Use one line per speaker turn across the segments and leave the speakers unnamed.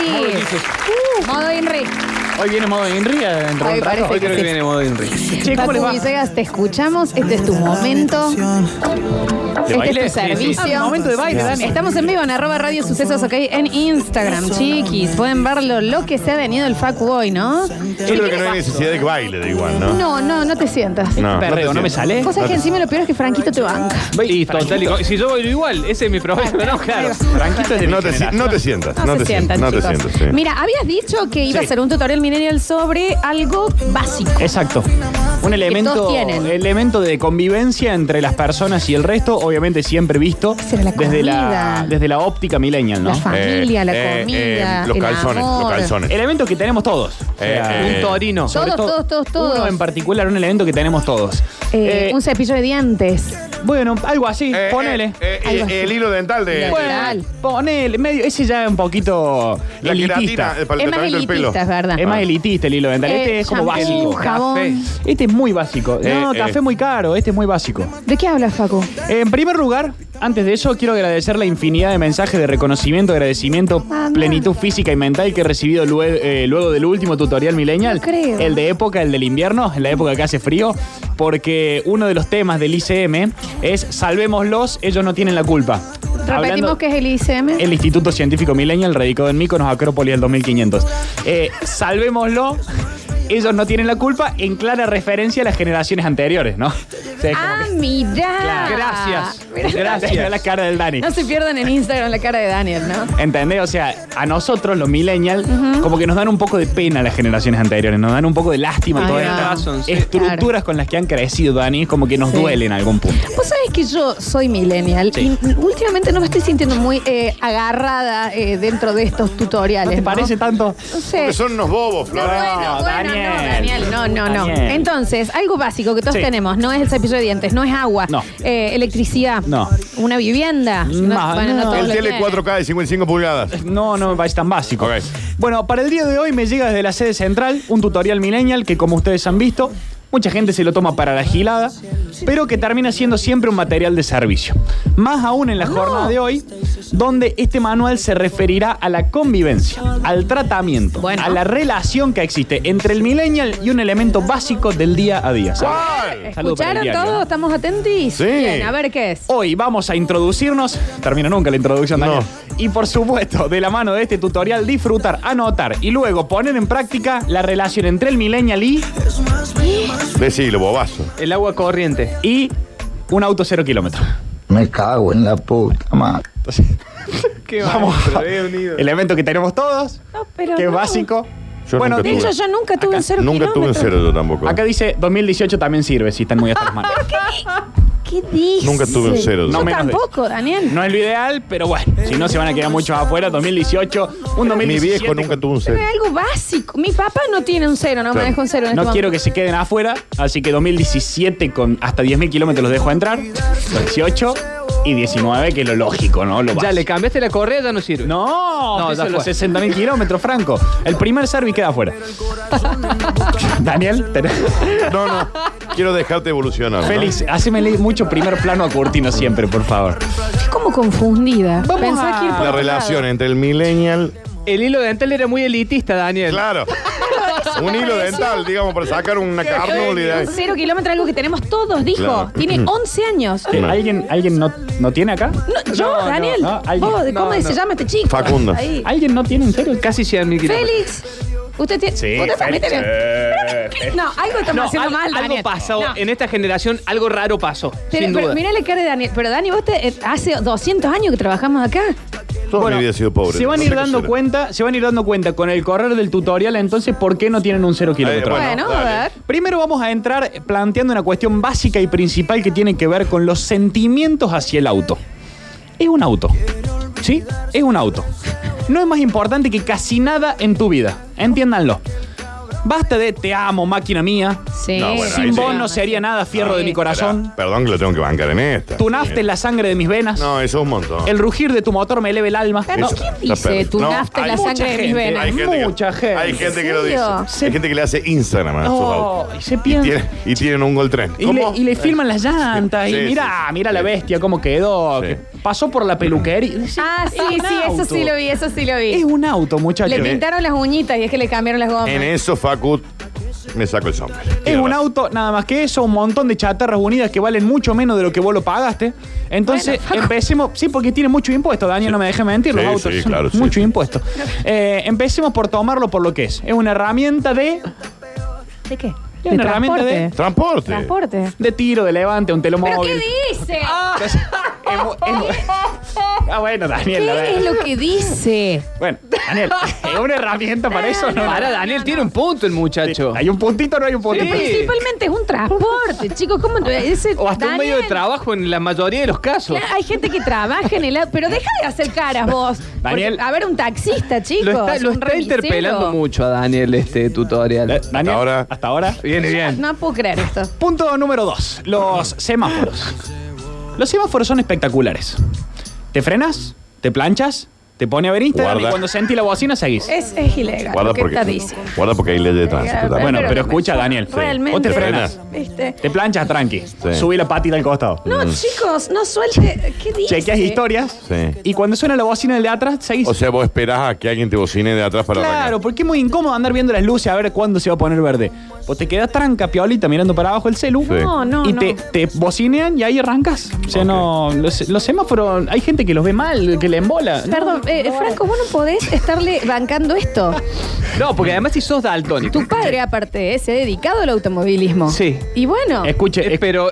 entonces.
Uh, Modo Inri.
Hoy viene modo Inri. eh, dentro de
Ay,
un rato.
parece
Hoy
que
creo
sí.
que viene modo Inri. Che, ¿cómo
Paco
les va?
Villegas, te escuchamos. Este es tu momento.
¿De
Este
baile?
es tu
Sí, sí.
servicio.
Ah, momento de baile, Dani.
Estamos en vivo en arroba radio sucesos, ok, en Instagram, chiquis. Pueden verlo lo que se ha venido el Facu hoy, ¿no?
Yo creo que no hay necesidad de que baile, de igual, ¿no?
No, no, no te sientas.
Ah, No,
Perreo, ¿no me sale?
Vos sabés que encima lo peor es que Franquito te banca.
Listo, tal y co- Si yo bailo igual, ese es mi
Ah,
problema, ¿no? Claro. Franquito es de mi
No te, si-
generación.
no te sientas.
No, se sientan,
No te
chicos.
sientas, sí.
Mira, habías dicho que iba a
Sí.
ser un tutorial millennial sobre algo básico.
Exacto. Un elemento,
todos tienen.
elemento de convivencia entre las personas y el resto, obviamente siempre visto
Será la
desde, la,
comida.
desde la óptica millennial,
La
¿no?
familia, la
eh,
comida,
eh, los
el
calzones,
amor.
los calzones.
Elemento que tenemos todos.
Eh, eh,
un torino. sobre
Todos, todos, todos, todos.
Uno en particular, un elemento que tenemos todos.
Eh,
Eh,
un cepillo de dientes.
Bueno, algo así,
Eh, eh,
ponele.
eh, eh,
Algo así.
el hilo dental de.
Bien.
Bueno,
Tal.
ponele, medio, ese ya es un poquito
La queratina
elitista.
eh, para
es
el
más
tratamiento del pelo.
elitista, es verdad.
Es más
Ah.
elitista el hilo dental. Este
Eh,
es como
shampoo,
básico.
jabón.
Este es muy básico. no,
Eh, eh.
café muy caro, este es muy básico.
¿De qué hablas, Facu?
En primer lugar, antes de eso, quiero agradecer la infinidad de mensajes de reconocimiento, agradecimiento,
Ah, no.
plenitud física y mental que he recibido luego, eh, luego del último tutorial millennial.
No creo.
El de época, el del invierno, en la época que hace frío, porque uno de los temas del ICM es salvémoslos, ellos no tienen la culpa. Hablando-
Repetimos que es el ICM.
el Instituto Científico Millennial, radicado en Mykonos, Acrópolis del 2500. Eh, salvémoslo. Ellos no tienen la culpa en clara referencia a las generaciones anteriores, ¿no? O sea, es como
ah,
que-
mirá.
Gracias.
Mirá.
Gracias. la cara del Dani.
No se pierdan en Instagram la cara de Daniel, ¿no?
¿Entendés? O sea, a nosotros, los millennials, como que nos dan un poco de pena las generaciones anteriores, nos dan un poco de lástima
Ay,
todas
no.
estas
Razón, sí.
estructuras
Claro.
con las que han crecido, Dani, como que nos
Sí.
duele en algún punto.
Vos sabés que yo soy millennial
Sí.
y últimamente no me estoy sintiendo muy eh, agarrada eh, dentro de estos tutoriales.
¿No te parece tanto?
No sé.
Porque son unos bobos,
No,
Flor.
bueno, bueno,
Daniel.
no, Daniel, no, no, no.
Daniel.
Entonces, algo básico que todos
Sí.
tenemos, no es el cepillo de dientes, no es agua,
No.
eh, electricidad,
No.
una vivienda,
Ma- no.
todos
El
lo
tele
tienen.
4K de 55 pulgadas.
No, no me parece tan básico.
Ok.
Bueno, para el día de hoy me llega desde la sede central un tutorial millennial que como ustedes han visto, mucha gente se lo toma para la gilada, pero que termina siendo siempre un material de servicio. Más aún en la jornada de hoy, donde este manual se referirá a la convivencia, al tratamiento,
Bueno.
a la relación que existe entre el millennial y un elemento básico del día a día. ¿sabes? Saludo
¿Cuál?
para el
¿Escucharon
diario,
todos?
¿eh?
¿Estamos atentos?
Sí.
Bien, a ver qué es.
Hoy vamos a introducirnos, termina nunca la introducción, Daniel.
No.
Y por supuesto, de la mano de este tutorial, disfrutar, anotar y luego poner en práctica la relación entre el millennial y,
Decilo, bobazo.
El agua corriente.
y un auto cero kilómetro.
Me cago en la puta madre.
Qué
Vamos.
unido.
Elemento que tenemos todos,
No, pero
que es
no.
básico.
Yo nunca
De
tuve.
hecho, yo nunca tuve
Acá.
un cero
Nunca tuve un
kilómetro.
cero yo tampoco.
Acá dice 2018 también sirve si están muy hasta las manos.
¿Qué dices?
Nunca tuve un cero.
No
Yo
yo.
menos de-
tampoco, Daniel.
No es lo ideal, pero bueno, si no se van a quedar muchos afuera, 2018, un 2017.
Mi viejo nunca tuvo un cero.
Es algo básico. Mi papá no tiene un cero, no
Claro.
maneja un cero en
No
este
quiero
momento.
que se queden afuera, así que 2017 con hasta 10.000 kilómetros los dejo entrar. 18 y 19, que es lo lógico, ¿no? Lo
Ya
básico.
le cambiaste la correa, ya no sirve.
No,
No,
no
ya
los
fue.
60.000 kilómetros, Franco. El primer service queda afuera. Daniel, tenés-
No, no. Quiero dejarte evolucionar. ¿no?
Félix, hacemele mucho primer plano a Curtino siempre, por favor.
Estoy como confundida.
Vamos
Pensá
a-
que ir por
La
otro
relación
lado.
entre el millennial.
El hilo dental era muy elitista, Daniel.
Claro. Un hilo dental, digamos, para sacar una carnula y de ahí.
Un Eh, cero kilómetro, algo que tenemos todos, dijo.
Claro. Mm.
Tiene 11 años.
Eh, ¿Alguien, alguien no, no tiene acá?
No, yo,
No, no,
Daniel.
no, alguien-
vos,
no,
¿Cómo
no.
se llama este chico?
Facundo.
Ahí.
¿Alguien no tiene en serio?
Casi 100 mil kilómetros.
Félix. Usted tiene. usted también
Félix,
tiene-
eh,
No, algo estamos
No,
haciendo
al-
mal, Daniel.
algo pasó.
No.
En esta generación, algo raro pasó.
Pero,
sin
pero
duda.
mira la cara de Daniel. Pero Dani, vos te, eh, hace 200 años que trabajamos acá.
Toda mi vida he sido pobre.
Se van a
no
ir
sé qué
dando
será.
cuenta, se van a ir dando cuenta con el correr del tutorial, entonces, ¿por qué no tienen un cero kilómetro?
Eh, Bueno,
Bueno,
dale.
a ver.
Primero vamos a entrar planteando una cuestión básica y principal que tiene que ver con los sentimientos hacia el auto. Es un auto. ¿Sí? Es un auto. No es más importante que casi nada en tu vida. Entiéndanlo. Basta de te amo, máquina mía.
Sí.
No, bueno, ahí
Sin
sí.
vos no sería nada, fierro
Sí.
de mi corazón.
Espera, Perdón que lo tengo que bancar en esta.
Tu nafta es la sangre de mis venas.
No, eso es un montón.
El rugir de tu motor me eleva el alma.
Pero
No.
Eso.
¿qué
Está
dice
perfecto.
tu
No,
nafta en la
hay mucha
sangre de mis
gente,
venas?
Hay gente que-
Mucha gente.
Hay gente que lo dice.
¿En serio?
Hay gente que le hace Instagram a estos
No,
autos.
y se
Y,
piensa.
tiene- y tienen un gol tren.
Y le, y le filman las llantas.
Sí,
y
sí,
mirá,
sí.
mirá la
Sí.
bestia cómo quedó.
Sí.
que- pasó por la peluquería. Decís,
Ah,
es
sí,
un
sí, eso
auto.
sí lo vi, eso sí lo
Es
vi.
un auto, muchachos.
Le pintaron las uñitas y es que le cambiaron las gomas.
En eso, Facu, me saco el sombrero.
Es
Tiene
un
razón.
auto, nada más que eso, un montón de chatarras unidas que valen mucho menos de lo que vos lo pagaste. Entonces, empecemos. Sí, porque tiene mucho impuesto, Daniel, no me deje mentir. los
Sí,
autos
sí,
son
claro, sí.
mucho impuesto. Eh, empecemos por tomarlo por lo que es. Es una herramienta de.
¿De qué?
Es una herramienta de.
transporte.
Transporte.
Transporte.
De tiro, de levante, un
¿Pero qué
telomóvil.
dice?
Entonces, es mu- es mu- ah, bueno, Daniel, a
¿Qué
ver.
es lo que dice?
Bueno, Daniel, es una herramienta para eso, ¿no?
Para, Daniel tiene un punto el muchacho.
¿Hay un puntito o no hay un puntito? Eh,
Sí.
Principalmente es un transporte, chicos. ¿Cómo no? Ese
O hasta un medio de
Daniel,
trabajo en la mayoría de los casos.
claro, hay gente que trabaja en el. Pero deja de hacer caras vos. Porque,
Daniel.
a ver, un taxista, chicos.
Lo está, lo
un
está
remisero.
interpelando mucho a Daniel este tutorial.
Eh, Daniel,
ahora.
Hasta ahora.
Viene bien.
No puedo creer esto.
Punto número dos, los semáforos. Los semáforos son espectaculares. Te frenas, te planchas, te pone a ver Instagram
Guarda.
y cuando sentí la bocina seguís.
Es, es ilegal.
Guarda
lo que
porque,
está diciendo.
guarda porque hay leyes de tránsito también.
Bueno, pero escucha, Daniel. Sí.
Realmente.
Vos te frenas.
¿Viste?
Te planchas tranqui. Subí la patita al
Mm.
costado.
No, chicos, no suelte. ¿Qué dice?
Chequeas historias.
Sí.
Y cuando suena la bocina del de atrás, seguís.
O sea, vos esperás a que alguien te bocine de atrás para
Claro,
arrancar.
porque es muy incómodo andar viendo las luces a ver cuándo se va a poner verde. Pues te quedas tranca, piolita, mirando para abajo el celu.
Sí.
No, no,
y
no.
Te, te bocinean y ahí arrancas. O sea, no. Los, los semáforos, hay gente que los ve mal, que le embola. No,
Perdón, eh, Franco, vos no podés estarle bancando esto.
No, porque además si sos daltónico.
Tu padre, aparte, eh, se ha dedicado al automovilismo.
Sí.
Y bueno.
Escuche,
Eh,
es-
pero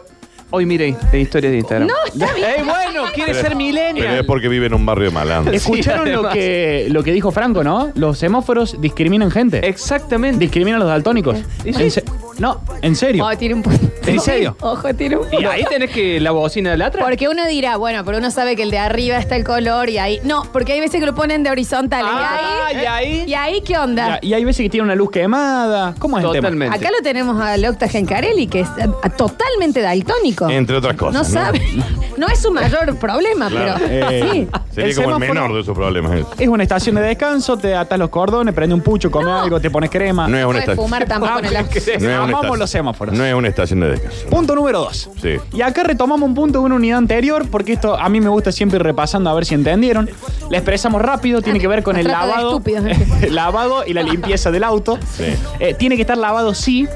hoy mire de historias de Instagram.
No, está bien.
Eh, bueno, quiere
Pero-
ser
Pero es
millennial.
porque vive en un barrio malandro.
escucharon
Sí,
lo,
además.
que, lo que dijo Franco, ¿no? Los semáforos discriminan gente.
Exactamente.
discriminan a los daltónicos. En se- no, en serio.
Oh, tiene un punto.
¿En serio?
Ojo, tiene un
Y
punto.
ahí tenés que la bocina de la atrás.
Porque uno dirá, bueno, pero uno sabe que el de arriba está el color y ahí. No, porque hay veces que lo ponen de horizontal.
Ah,
y ahí.
y ahí-
¿Y ahí qué onda?
Ya, Y hay veces que tiene una luz quemada. ¿Cómo es el tema?
Totalmente.
Acá lo tenemos al Octa Gencarelli, que es eh, totalmente daltónico.
Entre otras cosas.
no
¿no?
sabe. No es su mayor problema,
Claro.
pero.
Eh,
sí.
Sería
El
como el
semáforo-
menor de esos problemas. eso.
Es una estación de descanso, te atas los cordones, prende un pucho, come
No.
algo, te pones crema.
No es una
Puede
estación.
fumar tampoco en el
Ah,
auto.
¿qué?
No es una
Amamos
estación.
los semáforos.
No es una estación de descanso.
Punto número dos.
Sí.
Y acá retomamos un punto de una unidad anterior, porque esto a mí me gusta siempre ir repasando a ver si entendieron. La expresamos rápido, tiene que ver con
Nos
el
trata de
lavado,
estúpidos.
el lavado y la limpieza del auto.
Sí.
Eh, tiene que estar lavado, sí,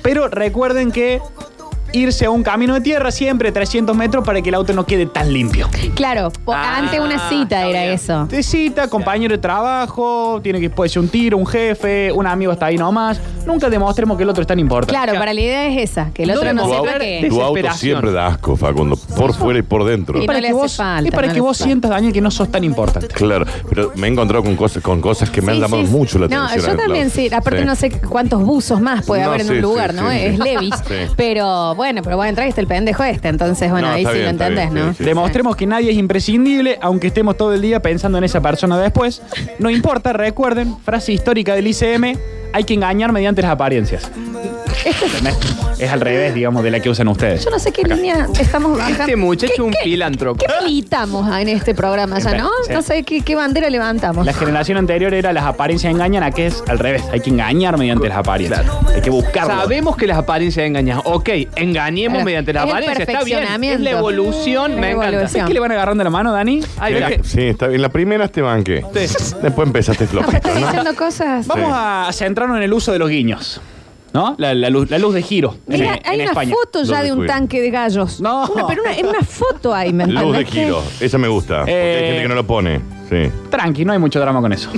pero recuerden que irse a un camino de tierra siempre 300 metros para que el auto no quede tan limpio.
Claro, po-
Ah,
ante una cita
está
era
bien.
eso.
Te cita, compañero de trabajo, tiene que puede ser un tiro, un jefe, un amigo está ahí nomás. Nunca demostremos que el otro es tan importante.
Claro, para la idea es esa, que el
No
otro no
debemos
sepa
ver
que.
de-
Tu auto
Desesperación.
siempre da asco, Facundo. Por fuera y por dentro.
Y no
para
le
que
hace
vos,
falta,
es para
no
que
le
vos
hace
sientas, Daniel, que no sos tan importante.
Claro, pero me he encontrado con cosas, con cosas que me han
Sí,
llamado
sí.
mucho la
no,
atención.
Yo también sí, aparte no sé cuántos buzos más puede
No,
haber en
sí,
un lugar,
sí,
¿no?
sí,
es
sí.
Levis.
Sí.
Pero bueno, pero vos entrar y está el pendejo este, entonces bueno,
No,
ahí sí
está
lo
bien, está
entendés,
bien,
¿no?
sí, sí.
Demostremos que nadie es imprescindible, aunque estemos todo el día pensando en esa persona después. No importa, recuerden, frase histórica del ICM, hay que engañar mediante las apariencias. ¿Entendés? Es al revés, digamos, de la que usan ustedes.
Yo no sé qué línea estamos bajando.
Este muchacho
¿Qué-
es un
qué-
filántropo.
¿Qué militamos en este programa ya, no?
Sí.
No sé qué, qué bandera levantamos.
La generación anterior era las apariencias engañan, a que es al revés, hay que engañar mediante las apariencias. Hay que buscarlo.
Sabemos que las apariencias engañan. Ok, engañemos
Claro.
mediante las
Es el
apariencias. Está bien. Es
perfeccionamiento.
la evolución.
La
Me encanta.
evolución.
¿Sabes que le van agarrando la mano, Dani?
Ay, mira que-
Sí, está bien. La primera te banqué.
Sí.
Después empezaste
Ah, pero
flojito,
estás
¿no?
diciendo cosas.
Vamos a centrarnos en el uso de los guiños. ¿No? La, la luz, la luz de giro. en-
Mira,
en,
hay una
España.
foto ya
Lo
de un
descubrí.
tanque de gallos.
No.
Una, pero una, en una foto ahí, ¿me
Luz de
entendés?
giro. Esa me gusta. porque
Eh.
hay gente que no lo pone. Sí.
Tranqui, no hay mucho drama con eso.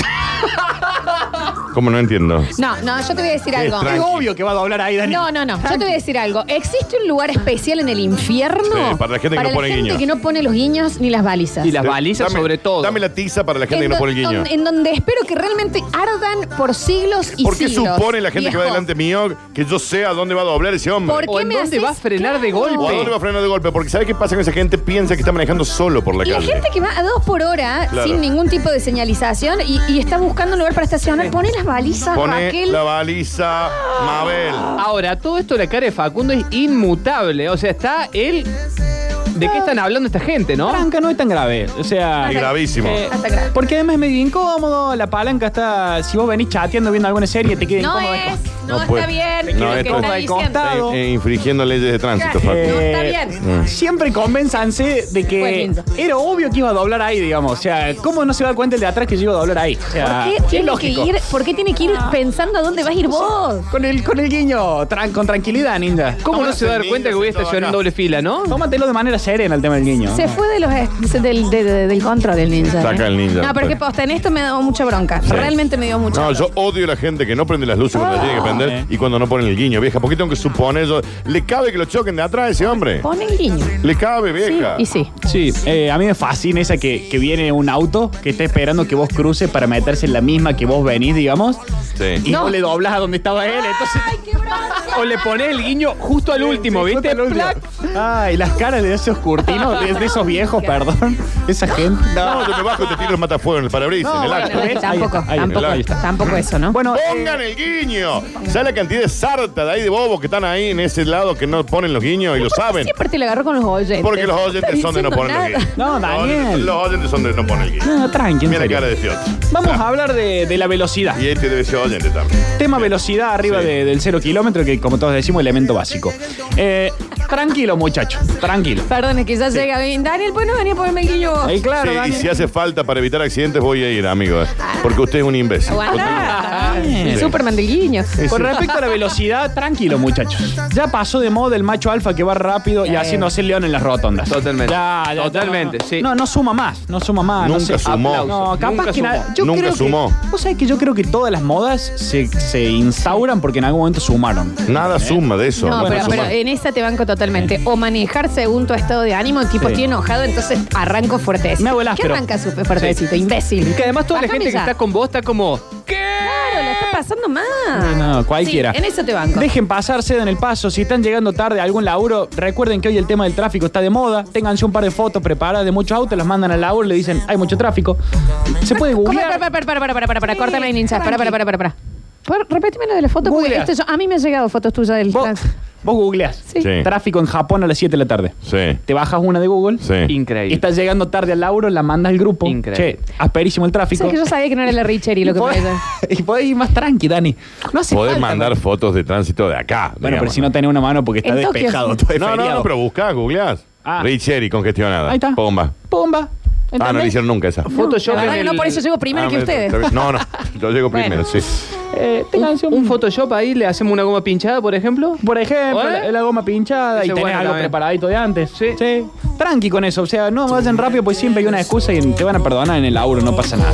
¿Cómo no entiendo?
No, no, yo te voy a decir algo.
Tranqui.
Es obvio que va a doblar ahí, Dani.
No, no, no. Yo te voy a decir algo. ¿Existe un lugar especial en el infierno?
Sí, para la gente que no pone
gente
guiños.
que no pone los guiños ni las balizas.
Y las balizas
Dame-
sobre todo.
Dame la tiza para la gente que
En
no
don-
pone el guiño.
don- en donde espero que realmente ardan por siglos y
¿Por qué
siglos.
supone la gente que va
viejo?
delante mío que yo sé a dónde va a doblar ese hombre?
¿Por
¿O
qué
en
me
dónde
haces-
va a frenar de
Claro.
¿O a dónde va
golpe?
a frenar de golpe? Porque ¿sabe qué pasa con esa gente? Piensa que está manejando solo por la
Y la
calle.
gente que va a dos por hora
Claro.
sin ningún tipo de señalización y, y está buscando un lugar para estacionar, pone las balizas,
Pone
Raquel.
la baliza, Mabel.
Ahora, todo esto la cara de Facundo es inmutable. O sea, está él. ¿De qué están hablando esta gente, no?
Palanca no es tan grave. O sea.
Y gravísimo.
eh,
Hasta acá.
porque además es medio incómodo, la palanca está. Si vos venís chateando viendo alguna serie, te queda
No
incómodo.
es. No,
No
está
puede.
bien
No,
lo que
esto
está
es-
diciendo.
Costa-
Eh, eh, infringiendo leyes de tránsito, Facu.
Eh, No, está bien.
Siempre convénzanse de
Pues
que
lindo.
era obvio que iba a doblar ahí, digamos. O sea, ¿cómo no se da cuenta el de atrás que yo iba a doblar ahí? O sea,
¿Por qué,
es
tiene que
lógico.
ir, ¿Por qué tiene que
Ah.
ir pensando a dónde vas a ir vos?
Con el, con el guiño, tran- con tranquilidad, ninja.
¿Cómo no se va a dar
Niño,
cuenta que voy a
sentado
estacionar en
acá.
doble fila, no?
Tómatelo de manera serena el tema del guiño.
Se fue de los est- del, de- de- del control el ninja. ¿eh?
Saca el ninja.
No, pero qué posta, en esto me dio mucha bronca. Realmente me dio mucha
No,
bronca.
yo odio la gente que no prende las luces cuando las tiene que prender
Ah.
eh.
y cuando no ponen el guiño, vieja. Porque tengo que suponer yo. ¿Le cabe que lo choquen de atrás a ese hombre?
Pon el guiño.
¿Le cabe,
Sí,
vieja?
y sí.
Sí, eh, a mí me fascina esa que, que viene un auto que está esperando que vos cruces para meterse en la misma que vos venís, digamos.
Sí.
Y
No.
no le doblas a donde estaba él, entonces.
O le pones el guiño justo al último,
Sí,
¿viste?
cuéntalo,
Plac.
tío. Ay, las caras de esos curtinos, de, de esos viejos, perdón. Esa gente.
No, yo me bajo y te tiro el matafuego en el parabrisas,
No,
en el
bueno,
acto.
No, no,
Ahí está,
tampoco,
ahí está,
tampoco,
ahí está.
tampoco eso, ¿no?
Bueno, eh,
¡Pongan el guiño! ¿Sabes la cantidad de sarta de ahí de bobos que están ahí en ese lado que no ponen los guiños y lo
¿Por qué
saben?
Siempre te lo agarró con los oyentes.
Porque los oyentes
está
son de no
diciendo
poner los
nada. Ah,
guiños.
No, Daniel.
Los oyentes son de no poner el guiño.
no, tranqui, en
Mira la
serio.
cara de Ah. Fiot.
Vamos a hablar de, de la velocidad.
Y este debe ser oyente también.
Tema velocidad arriba
Sí.
de- del 0 kilómetro, que como todos decimos, elemento básico. Eh, tranquilo, muchacho, tranquilo.
Perdón, es que ya llega bien. Daniel, pues no venía a ponerme el guiño vos.
Ahí claro,
Sí, y
Daniel.
si hace falta para evitar accidentes, voy a ir, amigo. eh,
Ah.
Porque usted es un imbécil.
Aguantá.
Bien.
Superman del guiño.
Con respecto a la velocidad, tranquilo, muchachos. Ya pasó de moda el macho alfa que va rápido y haciéndose león en las rotondas.
Totalmente.
Ya, ya, ya,
Totalmente,
no, no.
sí.
No, no suma más, no suma más. no sé.
Nunca sumó.
No, capaz
Nunca
que nada.
sumó.
Yo
Nunca
creo
sumó.
Que, vos sabés que yo creo que todas las modas se, se instauran porque en algún momento sumaron.
Nada suma de eso.
No,
nada
pero, eh,
suma.
pero en esa te banco totalmente. O manejar según tu estado de ánimo, tipo
Sí.
estoy enojado, entonces arranco fuertecito.
Me hago el
¿Qué
áspero.
arranca súper fuertecito, imbécil?
Y que además toda la
Bájame
gente que
ya.
está con vos está como. ¿Qué?
Claro, la está pasando mal.
No, no, cualquiera.
Sí, en eso te banco.
Dejen pasar, cedan el paso. Si están llegando tarde a algún laburo, recuerden que hoy el tema del tráfico está de moda. Ténganse un par de fotos preparadas de muchos autos, las mandan al laburo, le dicen, hay mucho tráfico. Se puede
¿Cómo? Para,
googlear.
para, para, para, para, para, para, córtame ahí, ninja. Para, para, para, para, para. Por- Repetime lo de la foto, porque
Googlea.
esto yo- a mí me han llegado fotos tuyas del
Vos,
trans.
vos googleás.
Sí.
Sí.
Tráfico en Japón a las 7 de la tarde.
Sí,
Te bajas una de Google.
sí.
Increíble.
Estás llegando tarde al laburo, la mandas al grupo.
Increíble.
Che, asperísimo el tráfico.
Sabes que yo sabía que no era la Richeri lo que me
podés,
decía.
y podés ir más tranqui, Dani. No hace
Podés
falta,
mandar
Dani.
fotos de tránsito de acá.
Bueno,
digamos,
pero si
¿no?
no tenés una mano porque está
En Tokio.
despejado todo es
No, no,
feriado.
no, pero buscás, googleás.
Ah.
Richeri congestionada.
Ahí está.
Pomba.
Pomba.
Ah, no
¿entendés?
le hicieron nunca esa.
Photoshop
La verdad
en
que no,
el-
por eso llego primero
Ah,
que
me-
ustedes.
No, no, yo llego primero, sí.
Eh, tengan
Un, un Photoshop ahí, le hacemos una goma pinchada, por ejemplo.
Por ejemplo,
¿Eh?
la, la goma pinchada
Ese
y tenés
bueno
algo
también.
preparadito de antes.
Sí.
Tranqui con eso. O sea, no vayan rápido porque siempre hay una excusa y te van a perdonar en el auro, no pasa nada.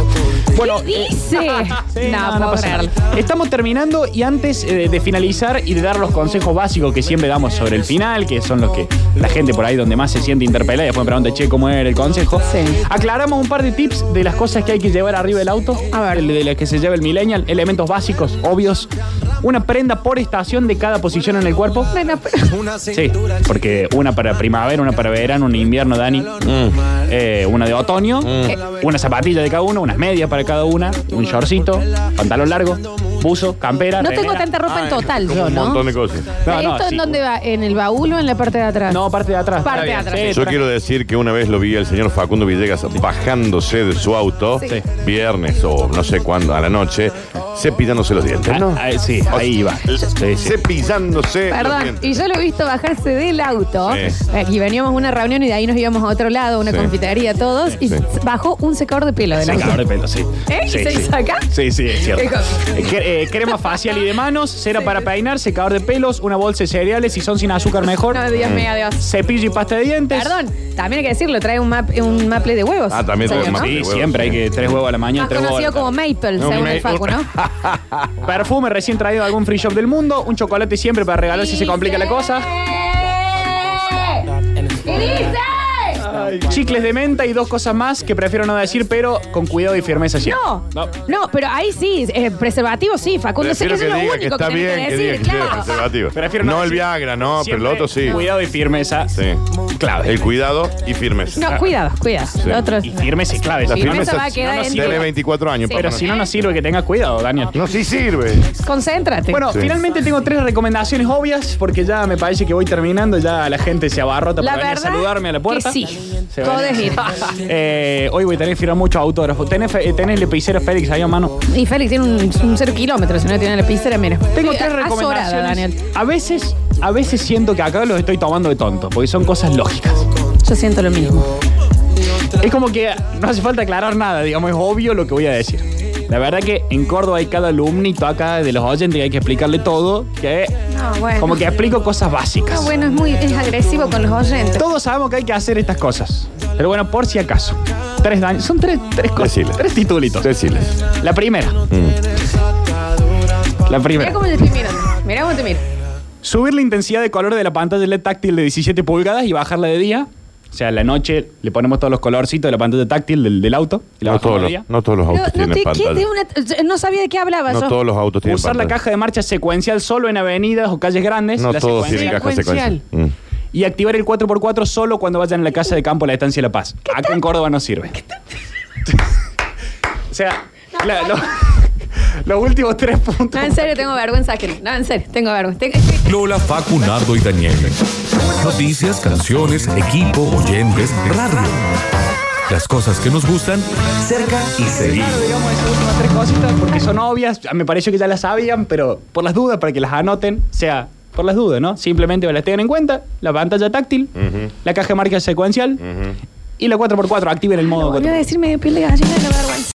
Bueno. eh,
Dice.
sí,
no,
no, no
puedo
pasa
creerlo.
nada. Estamos terminando y antes eh, de finalizar y de dar los consejos básicos que siempre damos sobre el final, que son los que la gente por ahí donde más se siente interpelada y después me pregunta, che, ¿cómo era el consejo?
Sí.
Aclaramos un par de tips de las cosas que hay que llevar arriba del auto. A ver. De las que se lleva el millennial, elementos básicos, obvios. Una prenda por estación de cada posición en el cuerpo.
Bueno, pero-
Sí, porque una para primavera, una para verano, una invierno, Dani. Eh, una de otoño.
Mm. Eh,
Una zapatilla de cada uno, unas medias para cada una. Un shortcito, pantalón largo, buzo, campera.
No tengo
remera.
tanta ropa en total yo,
Un
¿no?
montón de cosas.
No, no,
¿Esto en
sí.
dónde va? ¿En el baúl o en la parte de atrás?
No, parte de atrás.
Parte de
Está bien.
atrás.
Sí,
Yo
tra-
quiero decir que una vez lo vi al señor Facundo Villegas bajándose de su auto,
Sí.
viernes o no sé cuándo, a la noche, cepillándose los dientes, ¿no?
Ah, ah, sí, ahí iba. Sí, sí.
Cepillándose los
Perdón, y
dientes.
yo lo he visto bajarse del auto
Sí.
eh, y veníamos a una reunión y de ahí nos íbamos a otro lado, a una
Sí.
confitería, todos, y
Sí.
bajó un secador de pelo del auto.
Secador de pelo, sí.
¿Eh?
Sí,
¿Se
sí.
saca?
Sí, sí, es cierto.
Qué cosa.
Eh, cre- eh, crema facial y de manos, cera para peinar, secador de pelos, una bolsa de cereales, si son sin azúcar mejor.
No, Dios mío, Dios.
Cepillo y pasta de dientes.
Perdón, también hay que decirlo, trae un, map- un maple de huevos.
Ah, también
¿Salió,
trae un
¿no?
maple.
Sí,
huevos,
siempre hay
sí.
que tres huevos a la mañana,
Más
tres huevos. a la
conocido
tarde.
como maple,
No,
según
una-
el Facu, ¿no?
Perfume recién traído de algún free shop del mundo, un chocolate siempre para regalar si se complica la cosa,
¡Y dice!
chicles de menta y dos cosas más que prefiero no decir, pero con cuidado y firmeza siempre.
No, no, pero ahí sí, eh, preservativo sí, Facundo, sé que
Prefiero
eso es lo
diga
único
que está
tenés
bien,
que
que diga
decir,
que tiene
claro.
preservativo.
Prefiero
no,
no
el
decir.
Viagra, no,
Siempre
pero el otro sí.
Cuidado y firmeza.
Sí.
Clave.
El cuidado y Ah, firmes.
No, cuidado, cuidado.
Sí.
Lo otro-
Y firmeza y clave.
La
Si no,
firmeza
no-
va a quedar
no, no
en- Ah,
sirve.
Tiene 24 años,
Sí.
por
Pero
lo
si no,
menos.
no sirve que tengas cuidado, Daniel.
No, sí sirve.
Concéntrate.
Bueno,
Sí.
finalmente tengo tres recomendaciones obvias, porque ya me parece que voy terminando, ya la gente se abarrota
la
para venir a
verdad
saludarme a la
que
puerta.
sí.
Se van.
Podés ir.
Eh, hoy voy a tener que firmar muchos autógrafos. ¿Tenés, fe- eh, tenés lapicero Félix ahí a mano?
Y Félix tiene un, un cero kilómetro, si no tiene la pizzería, mira.
Tengo
Sí,
tres
azorada,
recomendaciones.
Daniel.
A veces, a veces siento que acá los estoy tomando de tonto, porque son cosas lógicas.
Yo siento lo mismo.
Es como que no hace falta aclarar nada, digamos, es obvio lo que voy a decir. La verdad que en Córdoba hay cada alumnito acá de los oyentes que hay que explicarle todo, que
No, bueno.
como que explico cosas básicas.
No, Ah, bueno, es muy es agresivo con los oyentes.
Todos sabemos que hay que hacer estas cosas. Pero bueno, por si acaso. Tres daños. Son tres, tres cosas.
Decile. Mm.
Tres titulitos.
Deciles.
La primera. La
Mira
primera.
cómo te estoy mirando. Mira cómo te miro.
Subir la intensidad de color de la pantalla LED táctil de 17 pulgadas y bajarla de día. O sea, la noche le ponemos todos los colorcitos de la pantalla táctil del, del auto y la
No
bajamos
todos,
de
los,
día.
no todos los
No,
autos
no
tienen
te- ¿qué?
pantalla.
De una- no sabía de qué hablaba
No
yo.
todos los autos tienen
Usar la
pantalla.
caja de marcha secuencial solo en avenidas o calles grandes.
No
la
todos tienen
secuencia,
caja secuencial. Mm.
Y activar el 4x4 solo cuando vayan a la casa de campo a la estancia de La Paz. Acá en Córdoba no sirve. o sea, la- lo- los últimos tres puntos.
Ah, No, en serio, tengo vergüenza. Karen. No, en serio, tengo vergüenza. Tengo-
Lola, Facu, Nardo y Daniel. Noticias, canciones, equipo, oyentes, radio. Las cosas que nos gustan, cerca y seguido.
Claro, digamos, esas últimas tres cositas, porque son obvias. Me pareció que ya las sabían, pero por las dudas, para que las anoten, o sea, por las dudas, ¿no? Simplemente las tengan en cuenta, la pantalla táctil, la caja de marca secuencial y la 4x4, activen el modo
Volvió a
4x4.
decir medio piel de gallina la vergüenza.